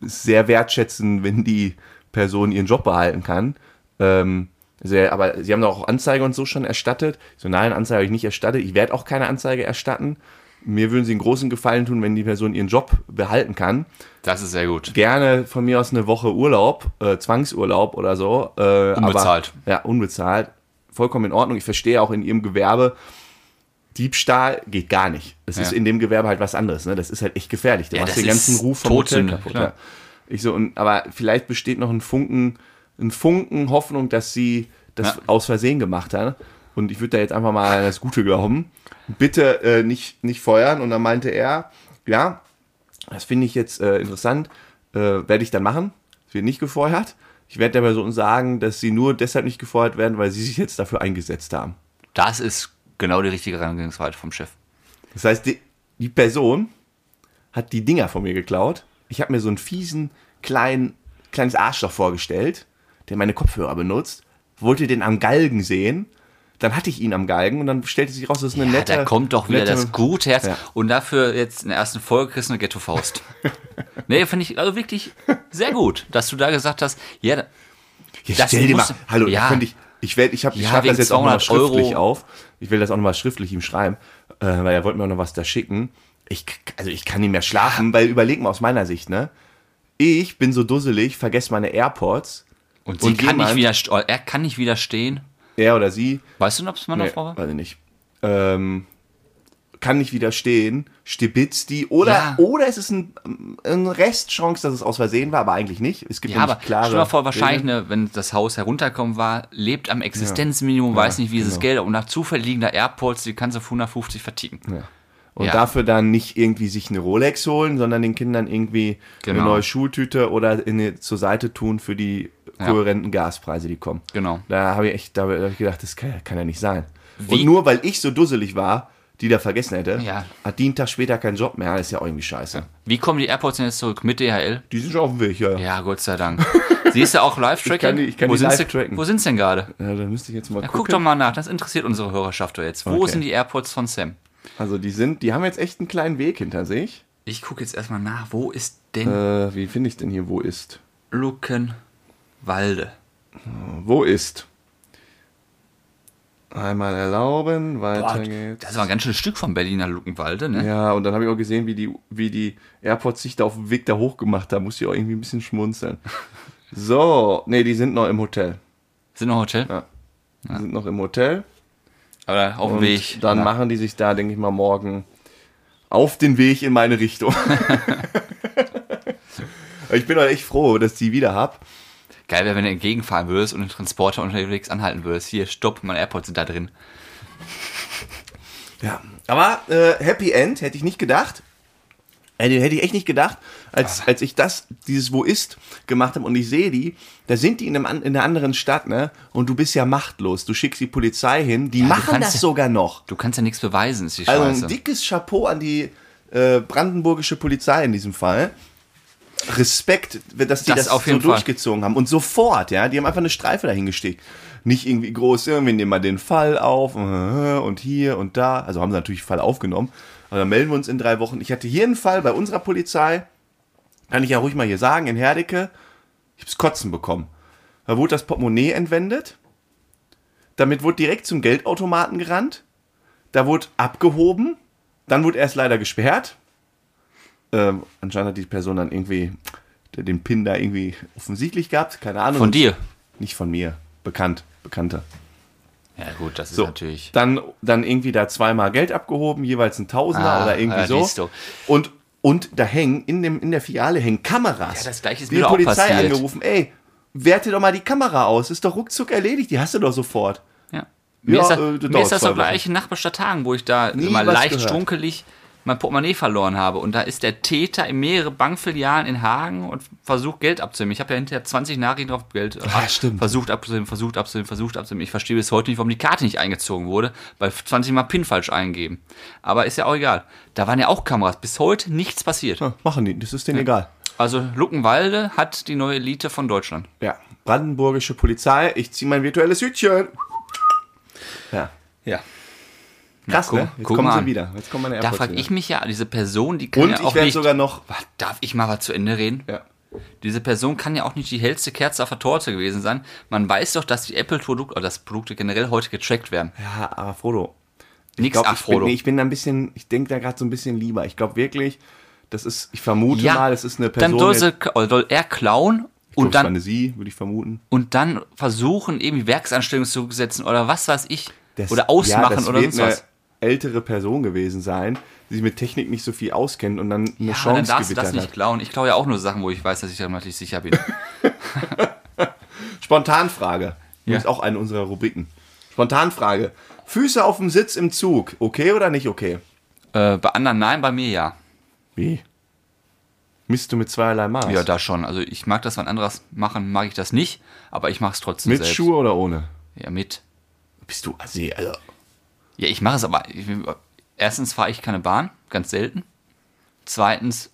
S2: es sehr wertschätzen, wenn die Person ihren Job behalten kann. Ähm, sehr, aber sie haben doch auch Anzeige und so schon erstattet. Ich so, nein, Anzeige habe ich nicht erstattet. Ich werde auch keine Anzeige erstatten. Mir würden sie einen großen Gefallen tun, wenn die Person ihren Job behalten kann
S1: Das ist sehr gut.
S2: gerne von mir aus eine Woche Urlaub, äh, Zwangsurlaub oder so. Äh,
S1: Unbezahlt.
S2: Aber, ja, unbezahlt. Vollkommen in Ordnung. Ich verstehe auch in ihrem Gewerbe, Diebstahl geht gar nicht. Das ist
S1: Ja.
S2: in dem Gewerbe halt was anderes. Ne? Das ist halt echt gefährlich. Da
S1: Ja,
S2: machst
S1: das
S2: du den ganzen
S1: ist
S2: Ruf vom Hotel
S1: Todsünde,
S2: kaputt.
S1: klar.
S2: Ja. Ich so, und, aber vielleicht besteht noch ein Funken, ein Funken Hoffnung, dass sie das
S1: Ja.
S2: aus Versehen gemacht hat. Und ich würde da jetzt einfach mal an das Gute glauben. Bitte äh, nicht, nicht feuern. Und dann meinte er, ja, das finde ich jetzt äh, interessant. Äh, werde ich dann machen. Es wird nicht gefeuert. Ich werde der Person sagen, dass sie nur deshalb nicht gefeuert werden, weil sie sich jetzt dafür eingesetzt haben.
S1: Das ist genau die richtige Herangehensweise vom Chef.
S2: Das heißt, die, die Person hat die Dinger von mir geklaut. Ich habe mir so einen fiesen, kleinen, kleines Arschloch vorgestellt, der meine Kopfhörer benutzt, wollte den am Galgen sehen. Dann hatte ich ihn am Galgen und dann stellte sich raus, das ist eine
S1: Ja,
S2: nette.
S1: da kommt doch wieder
S2: nette-
S1: das gute Herz.
S2: Ja.
S1: Und dafür jetzt in der ersten Folge kriegst du eine Ghetto-Faust. nee, finde ich also wirklich sehr gut, dass du da gesagt hast, ja, da-
S2: Ja,
S1: das
S2: stell dir mal,
S1: muss-
S2: hallo,
S1: ja.
S2: da könnte ich, ich werde, ich habe, ich
S1: Ja,
S2: schreibe das
S1: wegen
S2: jetzt auch noch mal
S1: 200 Euro.
S2: schriftlich auf. Ich will das auch noch mal schriftlich ihm schreiben, äh, weil er wollte mir auch noch was da schicken. Ich, k- also ich kann nicht mehr schlafen, weil überleg mal aus meiner Sicht, ne? Ich bin so dusselig, vergesse meine Airpods.
S1: und sie kann
S2: jemand-
S1: nicht widerst- er kann nicht widerstehen.
S2: er oder sie,
S1: Weißt du, ob es Mann
S2: nee,
S1: oder Frau war?
S2: weiß ich nicht, ähm, kann nicht widerstehen, stibitzt die oder,
S1: Ja.
S2: oder es ist ein, ein Restchance, dass es aus Versehen war, aber eigentlich nicht. Es gibt
S1: Ja,
S2: ja,
S1: aber
S2: nicht klare.
S1: stell dir mal vor, wahrscheinlich,
S2: Regeln.
S1: ne, wenn das Haus herunterkommen war, lebt am Existenzminimum, weiß nicht, wie
S2: Genau.
S1: dieses Geld, und nach Zufall liegen da Airports, die kannst du auf 150 verticken.
S2: Und
S1: ja.
S2: dafür dann nicht irgendwie sich eine Rolex holen, sondern den Kindern irgendwie
S1: Genau.
S2: eine neue Schultüte oder in eine, zur Seite tun für die
S1: Ja.
S2: kohärenten Gaspreise, die kommen.
S1: Genau.
S2: Da habe ich echt, da habe ich gedacht, das kann, ja- kann ja nicht sein.
S1: Wie-
S2: Und nur weil ich so dusselig war, die da vergessen hätte,
S1: Ja.
S2: hat die einen Tag später keinen Job mehr. Das ist ja auch irgendwie scheiße.
S1: Wie kommen die Airports denn jetzt zurück? Mit DHL?
S2: Die sind schon auf dem Weg, ja.
S1: Ja, Gott sei Dank. Siehst du auch Live-Tracking?
S2: Ich kann die- ich kann
S1: wo,
S2: die
S1: sind's
S2: live
S1: denn-
S2: tracken.
S1: wo sind's denn gerade?
S2: Ja, da müsste ich jetzt mal
S1: Ja,
S2: gucken.
S1: guck doch mal nach, das interessiert unsere Hörerschaft doch jetzt. Wo
S2: Okay.
S1: sind die Airports von Sam?
S2: Also die sind, die haben jetzt echt einen kleinen Weg hinter sich.
S1: Ich gucke jetzt erstmal nach, wo ist denn
S2: Äh, wie finde ich denn hier, wo ist?
S1: Luckenwalde?
S2: Wo ist? Einmal erlauben, weiter
S1: Boah,
S2: geht's.
S1: das ist aber ein ganz schönes Stück von Berlin nach Luckenwalde, ne?
S2: Ja, und dann habe ich auch gesehen, wie die, wie die AirPods sich da auf dem Weg da hochgemacht haben. Musste ich auch irgendwie ein bisschen schmunzeln. So, nee, die sind noch im Hotel.
S1: Sind noch Hotel?
S2: Ja. Die sind noch im Hotel.
S1: Aber auf dem
S2: Und
S1: Weg.
S2: dann
S1: nach-
S2: machen die sich da, denke ich mal, morgen auf den Weg in meine Richtung. ich bin halt echt froh, dass ich die wieder hab.
S1: Geil wäre, wenn du entgegenfahren würdest und den Transporter unterwegs anhalten würdest. Hier, stopp, meine AirPods sind da drin.
S2: Ja. Aber äh, Happy End hätte ich nicht gedacht. Äh, Hätte, hätte ich echt nicht gedacht, als, als ich das, dieses Wo ist, gemacht habe und ich sehe die, da sind die in, einem, an- in einer anderen Stadt, ne? Und du bist ja machtlos. Du schickst die Polizei hin, die
S1: du
S2: machen
S1: kannst
S2: das
S1: ja-
S2: sogar noch.
S1: Du kannst ja nichts beweisen, ist die
S2: Also
S1: Scheiße.
S2: ein dickes Chapeau an die äh, äh, brandenburgische Polizei in diesem Fall. Respekt, dass die
S1: Das
S2: das,
S1: auf jeden
S2: so
S1: Fall.
S2: durchgezogen haben. Und sofort, ja, die haben einfach eine Streife dahingesteckt. Nicht irgendwie groß, irgendwie nehmen wir den Fall auf äh, und hier und da. Also haben sie natürlich Fall aufgenommen. Aber dann melden wir uns in drei Wochen. Ich hatte hier einen Fall bei unserer Polizei, kann ich ja ruhig mal hier sagen, in Herdecke. Ich hab's Kotzen bekommen. Da wurde das Portemonnaie entwendet. Damit wurde direkt zum Geldautomaten gerannt. Da wurde abgehoben. Dann wurde erst leider gesperrt. Ähm, anscheinend hat die Person dann irgendwie den Pin da irgendwie offensichtlich gehabt. Keine Ahnung.
S1: Von dir.
S2: Nicht von mir. Bekannt. Bekannter.
S1: Ja, gut, das ist
S2: So.
S1: natürlich.
S2: Dann, dann irgendwie da zweimal Geld abgehoben, jeweils ein Tausender
S1: Ah,
S2: oder irgendwie
S1: ah,
S2: so.
S1: siehst du.
S2: Und, und da hängen, in, dem, in der Filiale hängen Kameras.
S1: Ja, das Gleiche ist
S2: Die
S1: mir doch auch
S2: Polizei
S1: passiert.
S2: angerufen, ey, werte doch mal die Kamera aus, ist doch ruckzuck erledigt, die hast du doch sofort.
S1: Ja. Mir
S2: Ja,
S1: ist das,
S2: äh, das
S1: mir
S2: dauert
S1: ist das
S2: zwei
S1: doch gleich in Nachbarstadt Hagen, wo ich da
S2: Nie
S1: mal
S2: was
S1: leicht
S2: gehört.
S1: strunkelig mein Portemonnaie verloren habe. Und da ist der Täter in mehrere Bankfilialen in Hagen und versucht Geld abzunehmen. Ich habe ja hinterher 20 Nachrichten drauf Geld äh,
S2: Ja, stimmt.
S1: versucht abzunehmen, versucht abzunehmen, versucht abzunehmen. Ich verstehe bis heute nicht, warum die Karte nicht eingezogen wurde, weil 20 Mal PIN falsch eingeben. Aber ist ja auch egal. Da waren ja auch Kameras. Bis heute nichts passiert.
S2: Ja, machen die, das ist denen egal.
S1: Also Luckenwalde hat die neue Elite von Deutschland.
S2: Ja, brandenburgische Polizei, ich zieh mein virtuelles Hütchen. Ja,
S1: Ja.
S2: krass,
S1: guck-
S2: ne? Jetzt
S1: guck
S2: kommen
S1: mal
S2: sie
S1: an.
S2: wieder. Jetzt kommen meine
S1: Da
S2: AirPods
S1: frage
S2: wieder.
S1: ich mich ja, diese Person, die kann
S2: Und
S1: ja
S2: ich
S1: auch
S2: werde
S1: nicht...
S2: sogar noch...
S1: Was, darf ich mal was zu Ende reden?
S2: Ja.
S1: Diese Person kann ja auch nicht die hellste Kerze auf der Torte gewesen sein. Man weiß doch, dass die Apple-Produkte, oder dass Produkte generell heute getrackt werden.
S2: ja, aber Frodo, Ich
S1: Nix
S2: glaub,
S1: ab,
S2: ich, bin,
S1: Frodo.
S2: nee, ich bin da ein bisschen, ich denke da gerade so ein bisschen lieber. Ich glaube wirklich, das ist, ich vermute mal, es ist eine Person.
S1: dann soll,
S2: jetzt-
S1: sie, oder soll er klauen
S2: ich glaub,
S1: und
S2: es war
S1: dann,
S2: eine sie, würde ich vermuten.
S1: und dann versuchen, eben die Werksanstellung zu setzen oder was weiß ich.
S2: Das-
S1: oder ausmachen
S2: ja, das
S1: oder
S2: wird
S1: sonst was. Ah,
S2: Eine ältere Person gewesen sein, die sich mit Technik nicht so viel auskennt und dann eine
S1: Ja, aber dann darfst
S2: Chance
S1: du das
S2: gewittert
S1: nicht
S2: hat.
S1: klauen. Ich klaue ja auch nur Sachen, wo ich weiß, dass ich relativ sicher bin.
S2: Spontanfrage.
S1: Ja.
S2: Das ist auch eine unserer Rubriken. Spontanfrage. Füße auf dem Sitz im Zug, okay oder nicht okay?
S1: äh, bei anderen nein, bei mir ja.
S2: Wie? Misst du mit zweierlei Maß?
S1: Ja, da schon. Also ich mag das, wenn andere das machen, mag ich das nicht. Aber ich mache es trotzdem
S2: mit
S1: selbst.
S2: Schuhe oder ohne?
S1: Ja, mit.
S2: Bist du assi, also.
S1: Ja, ich mache es aber. Ich, erstens fahre ich keine Bahn, ganz selten. Zweitens,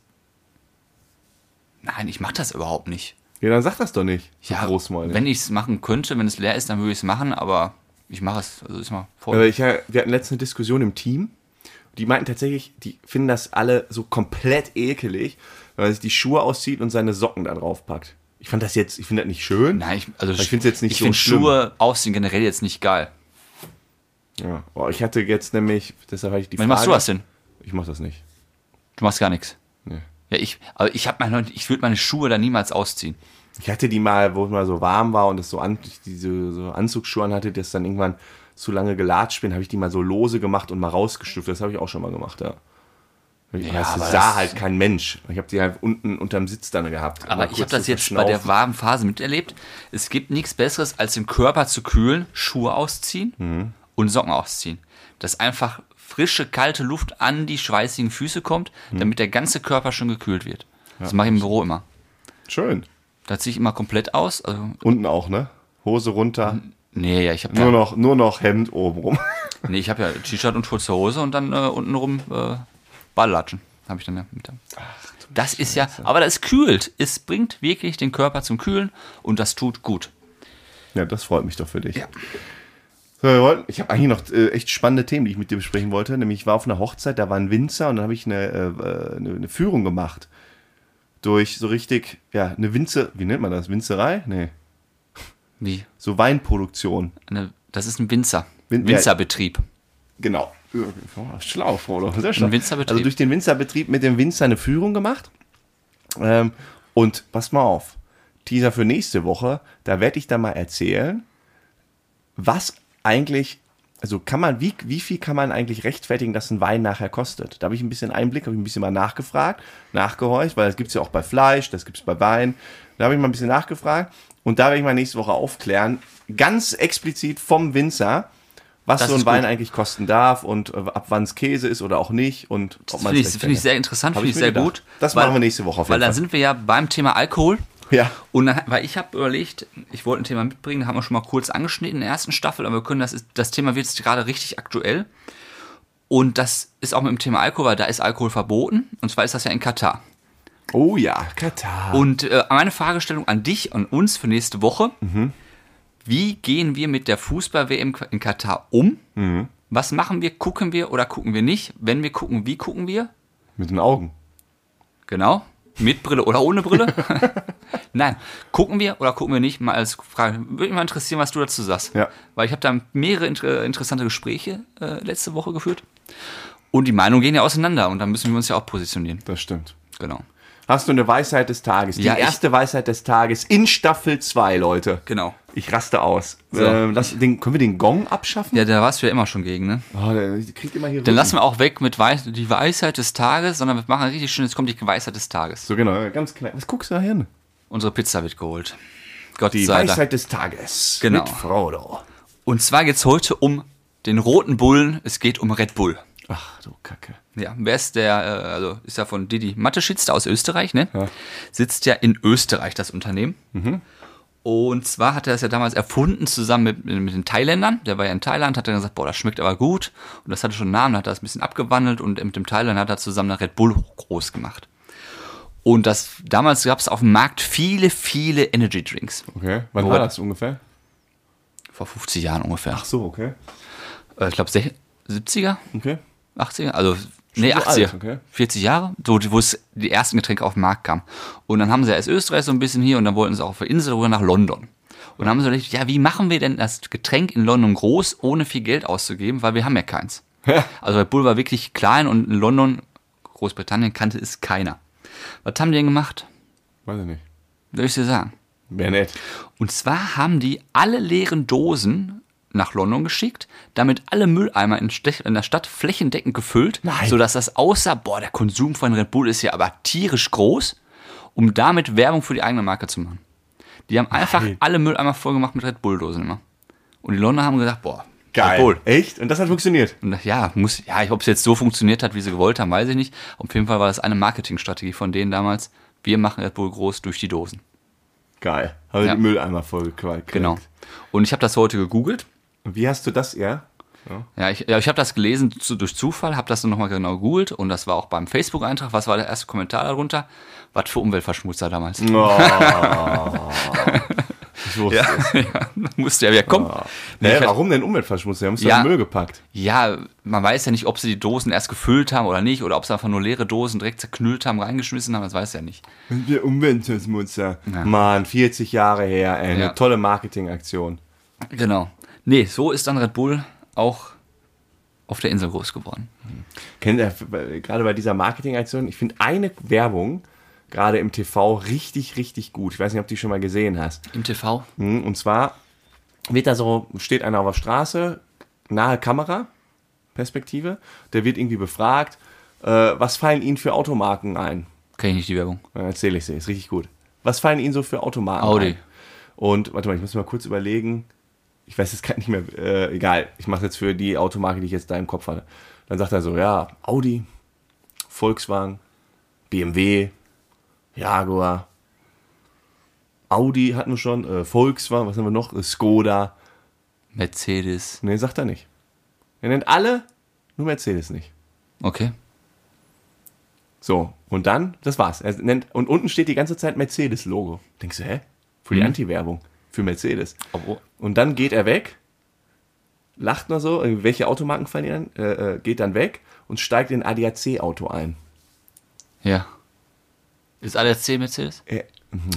S1: nein, ich mache das überhaupt nicht.
S2: Ja, dann sag das doch nicht. so
S1: Ja,
S2: großmäulig.
S1: wenn ich es machen könnte, wenn es leer ist, dann würde ich es machen, aber ich mache es. Also ist mal voll.
S2: Aber Äh, ich, wir hatten letzte Diskussion im Team. Die meinten tatsächlich, die finden das alle so komplett ekelig, weil man sich die Schuhe auszieht und seine Socken da drauf packt. Ich fand das jetzt, ich finde das nicht schön.
S1: nein, ich, also
S2: ich find's jetzt nicht
S1: ich
S2: so
S1: find
S2: schlimm.
S1: Schuhe aussehen generell jetzt nicht geil.
S2: Ja. Oh, ich hatte jetzt nämlich, deshalb hatte ich die
S1: Wann
S2: Frage.
S1: machst du das denn?
S2: Ich mach das nicht.
S1: Du machst gar nichts.
S2: Nee.
S1: Ja, ich, aber ich habe meine, ich würde meine Schuhe da niemals ausziehen.
S2: Ich hatte die mal, wo es mal so warm war und es so, an, diese, so Anzugsschuhe an hatte, die das dann irgendwann zu lange gelatscht bin, habe ich die mal so lose gemacht und mal rausgestuft. Das habe ich auch schon mal gemacht, ja. Ja, das
S1: aber
S2: sah
S1: das-
S2: halt kein Mensch. Ich habe die halt unten unterm Sitz dann gehabt.
S1: Aber
S2: Mal
S1: ich
S2: kurz
S1: habe das
S2: zu
S1: jetzt bei der
S2: verschnaufen.
S1: warmen Phase miterlebt. Es gibt nichts Besseres, als den Körper zu kühlen, Schuhe ausziehen
S2: Mhm.
S1: und Socken ausziehen. Dass einfach frische, kalte Luft an die schweißigen Füße kommt,
S2: Mhm.
S1: damit der ganze Körper schon gekühlt wird. Das mache ich im Büro immer.
S2: Schön.
S1: Da ziehe ich immer komplett aus. Also,
S2: Unten auch, ne? Hose runter,
S1: Hm. nee, ja, ich habe
S2: nur,
S1: ja,
S2: noch, nur noch Hemd oben rum.
S1: nee, ich hab ja T-Shirt und kurze Hose und dann äh, untenrum äh, Balllatschen. Habe ich dann ja mit. Das ist ja, aber das kühlt. Es bringt wirklich den Körper zum Kühlen und das tut gut.
S2: Ja, das freut mich doch für dich.
S1: Ja.
S2: So, wir wollten- Ich habe eigentlich noch äh, echt spannende Themen, die ich mit dir besprechen wollte. Nämlich, ich war auf einer Hochzeit, da war ein Winzer und dann habe ich eine, äh, eine, eine Führung gemacht. Durch so richtig, ja, eine Winzer, wie nennt man das? Winzerei? Nee.
S1: Wie?
S2: So Weinproduktion.
S1: Eine, das ist ein Winzer.
S2: Win-
S1: Winzerbetrieb.
S2: Genau. Ja, Schlau, Frodo. Sehr
S1: Ein Winzerbetrieb.
S2: Also durch den Winzerbetrieb mit dem Winzer eine Führung gemacht. Ähm, und pass mal auf, Teaser für nächste Woche, da werde ich dann mal erzählen, was eigentlich, also kann man, wie, wie viel kann man eigentlich rechtfertigen, dass ein Wein nachher kostet? Da habe ich ein bisschen Einblick, habe ich ein bisschen mal nachgefragt, nachgehorcht, weil das gibt es ja auch bei Fleisch, das gibt es bei Wein. Da habe ich mal ein bisschen nachgefragt und da werde ich mal nächste Woche aufklären, ganz explizit vom Winzer, was
S1: Das
S2: so ein
S1: ist gut.
S2: Wein eigentlich kosten darf und äh, ab wann es Käse ist oder auch nicht und ob
S1: Das
S2: man's
S1: finde ich,
S2: rechtfertigt.
S1: finde ich sehr interessant,
S2: Hab
S1: finde
S2: ich
S1: ich
S2: mir
S1: sehr
S2: gedacht.
S1: gut.
S2: Das machen wir nächste Woche auf
S1: Weil
S2: jeden
S1: dann
S2: Fall.
S1: sind wir ja beim Thema Alkohol.
S2: Ja.
S1: Und dann, weil ich habe überlegt, ich wollte ein Thema mitbringen, haben wir schon mal kurz angeschnitten in der ersten Staffel, aber wir können das, ist- das Thema wird jetzt gerade richtig aktuell. Und das ist auch mit dem Thema Alkohol, weil da ist Alkohol verboten. Und zwar ist das ja in Katar.
S2: Oh ja, Katar.
S1: Und äh, meine Fragestellung an dich und uns für nächste Woche: Wie gehen wir mit der Fußball-WM in Katar um? Was machen wir? Gucken wir oder gucken wir nicht? Wenn wir gucken, wie gucken wir?
S2: Mit den Augen.
S1: Genau. Mit Brille oder ohne Brille? Nein. Gucken wir oder gucken wir nicht? Mal als Frage. Würde mich mal interessieren, was du dazu sagst.
S2: Ja.
S1: Weil ich habe da mehrere inter interessante Gespräche äh, letzte Woche geführt. Und die Meinungen gehen ja auseinander und da müssen wir uns ja auch positionieren.
S2: Das stimmt.
S1: Genau.
S2: Hast du eine Weisheit des Tages? Die
S1: Ja, ich-
S2: erste Weisheit des Tages in Staffel 2, Leute.
S1: Genau.
S2: Ich raste aus.
S1: So.
S2: Ähm, lass, den, können wir den Gong abschaffen?
S1: Ja, da warst du ja immer schon gegen, ne?
S2: Oh, der kriegt immer
S1: Dann
S2: hier Rücken.
S1: lassen wir auch weg mit Weis die Weisheit des Tages, sondern wir machen richtig schön, jetzt kommt die Weisheit des Tages.
S2: So genau, ganz klein. Was guckst du da hin?
S1: Unsere Pizza wird geholt. Gott
S2: Die
S1: sei Dank.
S2: Weisheit des Tages.
S1: Genau.
S2: Mit Frodo.
S1: Und zwar geht's heute um den roten Bullen, es geht um Red Bull.
S2: Ach du Kacke.
S1: Ja, wer ist der, äh, also ist ja von Didi Mateschitz da aus Österreich, ne? Sitzt ja in Österreich, das Unternehmen. Und zwar hat er das ja damals erfunden, zusammen mit, mit den Thailändern. Der war ja in Thailand, hat dann gesagt, boah, das schmeckt aber gut. Und das hatte schon einen Namen, hat er das ein bisschen abgewandelt und mit dem Thailand hat er zusammen eine Red Bull groß gemacht. Und das, damals gab es auf dem Markt viele, viele Energy Drinks.
S2: Okay, wann
S1: Wo-
S2: war das ungefähr?
S1: Vor 50 Jahren ungefähr.
S2: So, okay.
S1: Äh, Ich glaube, 70er?
S2: Okay.
S1: 80er? Also, nee,
S2: so
S1: 80er.
S2: alt, okay.
S1: 40 Jahre, so, wo es die ersten Getränke auf den Markt kamen. Und dann haben sie erst Österreich so ein bisschen hier und dann wollten sie auch auf der Insel rüber nach London. Und dann haben sie gedacht, ja, wie machen wir denn das Getränk in London groß, ohne viel Geld auszugeben, weil wir haben ja keins. also Red Bull war wirklich klein und in London, Großbritannien, kannte es keiner. Was haben die denn gemacht?
S2: Weiß ich nicht.
S1: Soll ich dir sagen?
S2: Wäre nett.
S1: Und zwar haben die alle leeren Dosen nach London geschickt, damit alle Mülleimer in, Stech- in der Stadt flächendeckend gefüllt,
S2: Nein.
S1: sodass das aussah, boah, der Konsum von Red Bull ist ja aber tierisch groß, um damit Werbung für die eigene Marke zu machen. Die haben einfach
S2: Nein.
S1: alle Mülleimer vollgemacht mit Red Bull-Dosen immer. Und die Londoner haben gesagt, boah,
S2: Geil.
S1: Red Bull.
S2: Echt? Und das hat funktioniert.
S1: Und das- ja, muss, ja, ob es jetzt so funktioniert hat, wie sie gewollt haben, weiß ich nicht. Auf jeden Fall war das eine Marketingstrategie von denen damals. Wir machen Red Bull groß durch die Dosen.
S2: Geil. Habe
S1: Ja.
S2: die Mülleimer voll gequalkt.
S1: Genau. Und ich habe das heute gegoogelt.
S2: Und Wie hast du das, ja? ja.
S1: Ja, ich, ja, ich habe das gelesen zu, durch Zufall, habe das dann nochmal genau googelt und das war auch beim Facebook-Eintrag. Was war der erste Kommentar darunter? Was für Umweltverschmutzer damals.
S2: Oh. Ich wusste
S1: Ja, ja, musste ja wieder kommen.
S2: Hä,
S1: Nee, ich hab-
S2: warum denn Umweltverschmutzung? Die haben es
S1: Ja.
S2: ja in Müll gepackt.
S1: ja, man weiß ja nicht, ob sie die Dosen erst gefüllt haben oder nicht oder ob sie einfach nur leere Dosen direkt zerknüllt haben, reingeschmissen haben, das weiß ja nicht.
S2: Und wir Umweltverschmutzer. Mann, 40 Jahre her, ey. Eine
S1: Ja.
S2: tolle Marketingaktion.
S1: Genau. Nee, so ist dann Red Bull auch auf der Insel groß geworden.
S2: Kennt ihr, äh, gerade bei dieser Marketingaktion, ich finde eine Werbung gerade im TV richtig, richtig gut. Ich weiß nicht, ob du die schon mal gesehen hast.
S1: Im TV?
S2: Hm, Und zwar wird da so, steht einer auf der Straße, nahe Kamera, Perspektive, der wird irgendwie befragt, äh, was fallen Ihnen für Automarken ein?
S1: Kenn ich nicht die Werbung.
S2: Dann erzähle ich sie, ist richtig gut. Was fallen Ihnen so für Automarken
S1: Audi.
S2: ein? Und warte mal, ich muss mal kurz überlegen. Ich weiß jetzt gerade nicht mehr, äh, egal. Ich mache jetzt für die Automarke, die ich jetzt da im Kopf hatte. Dann sagt er so, ja, Audi, Volkswagen, BMW, Jaguar, Audi hatten wir schon, äh, Volkswagen, was haben wir noch? Äh, Skoda.
S1: Mercedes.
S2: Nee, sagt er nicht. Er nennt alle, nur Mercedes nicht.
S1: Okay.
S2: So, und dann, das war's. Er nennt, und unten steht die ganze Zeit Mercedes-Logo. Denkst du, hä? Für die
S1: Mhm.
S2: Anti-Werbung. Für Mercedes.
S1: Obwohl-
S2: Und dann geht er weg, lacht nur so, äh, welche Automarken fallen ihr an, äh, äh, geht dann weg und steigt in ein ADAC-Auto ein.
S1: Ja. Ist ADAC Mercedes?
S2: Er,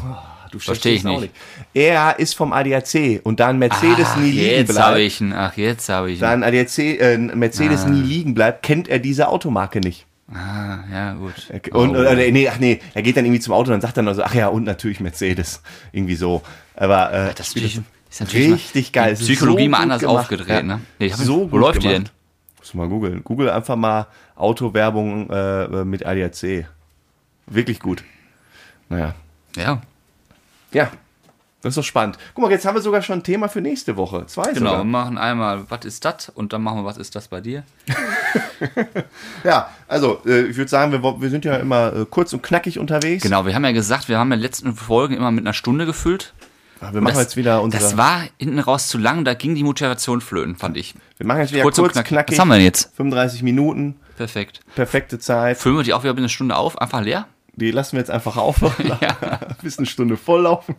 S2: Ah, Äh,
S1: Versteh
S2: du
S1: ich
S2: verstehst es auch
S1: nicht.
S2: Er ist vom ADAC und da ein Mercedes
S1: Ach,
S2: nie liegen
S1: Ah, jetzt habe
S2: bleibt,
S1: ich ihn. Ach, jetzt habe ich ihn.
S2: da ein ADAC, äh, ein Mercedes nie liegen bleibt, kennt er diese Automarke nicht.
S1: Ah, ja, gut. Oh.
S2: Er- Und, äh, oder, nee, ach nee, er geht dann irgendwie zum Auto und dann sagt dann also, ach ja, und natürlich Mercedes. Irgendwie so. Aber äh,
S1: das ist
S2: wie
S1: natürlich,
S2: das-
S1: ist natürlich
S2: richtig
S1: mal,
S2: geil.
S1: Die
S2: Es ist
S1: Psychologie
S2: so
S1: mal
S2: gut
S1: anders
S2: gemacht.
S1: aufgedreht,
S2: Ja.
S1: ne? Nee, ich hab-
S2: so
S1: wo
S2: gut
S1: läuft die
S2: gemacht.
S1: denn?
S2: Muss mal googeln. Google einfach mal Autowerbung äh, mit ADAC. Wirklich gut. Naja.
S1: Ja,
S2: Ja. Das ist doch spannend. Guck mal, jetzt haben wir sogar schon ein Thema für nächste Woche. Zwei
S1: genau. Wir
S2: sogar.
S1: machen einmal, was ist das? Und dann machen wir, was ist das bei dir?
S2: Ja, also äh, ich würde sagen, wir, wo- wir sind ja immer äh, kurz und knackig unterwegs.
S1: Genau, wir haben ja gesagt, wir haben ja letzten Folgen immer mit einer Stunde gefüllt.
S2: Wir machen
S1: Das-
S2: jetzt wieder unsere.
S1: Das war hinten raus zu lang, da ging die Motivation flöten, fand ich.
S2: wir machen jetzt wieder kurz,
S1: kurz und knackig.
S2: knackig.
S1: Was haben wir denn jetzt?
S2: 35 Minuten,
S1: Perfekt.
S2: perfekte Zeit.
S1: Füllen wir die auch wieder mit einer Stunde auf, einfach leer?
S2: Die lassen wir jetzt einfach auflaufen. Bis eine Stunde volllaufen.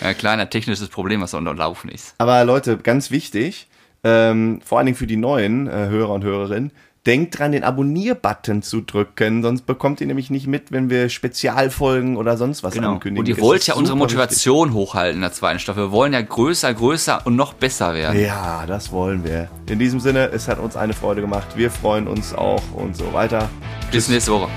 S1: Ja, kleiner technisches Problem, was da unterlaufen ist.
S2: Aber Leute, ganz wichtig, ähm, vor allen Dingen für die neuen äh, Hörer und Hörerinnen, denkt dran, den Abonnier-Button zu drücken, sonst bekommt ihr nämlich nicht mit, wenn wir Spezialfolgen oder sonst was ankündigen.
S1: Genau. Und ihr
S2: Es
S1: wollt
S2: Genau. ist
S1: ja unsere
S2: super wichtig.
S1: Motivation hochhalten in der zweiten Staffel. Wir wollen ja größer, größer und noch besser werden.
S2: Ja, das wollen wir. In diesem Sinne, es hat uns eine Freude gemacht. Wir freuen uns auch und so weiter.
S1: Bis nächste Woche.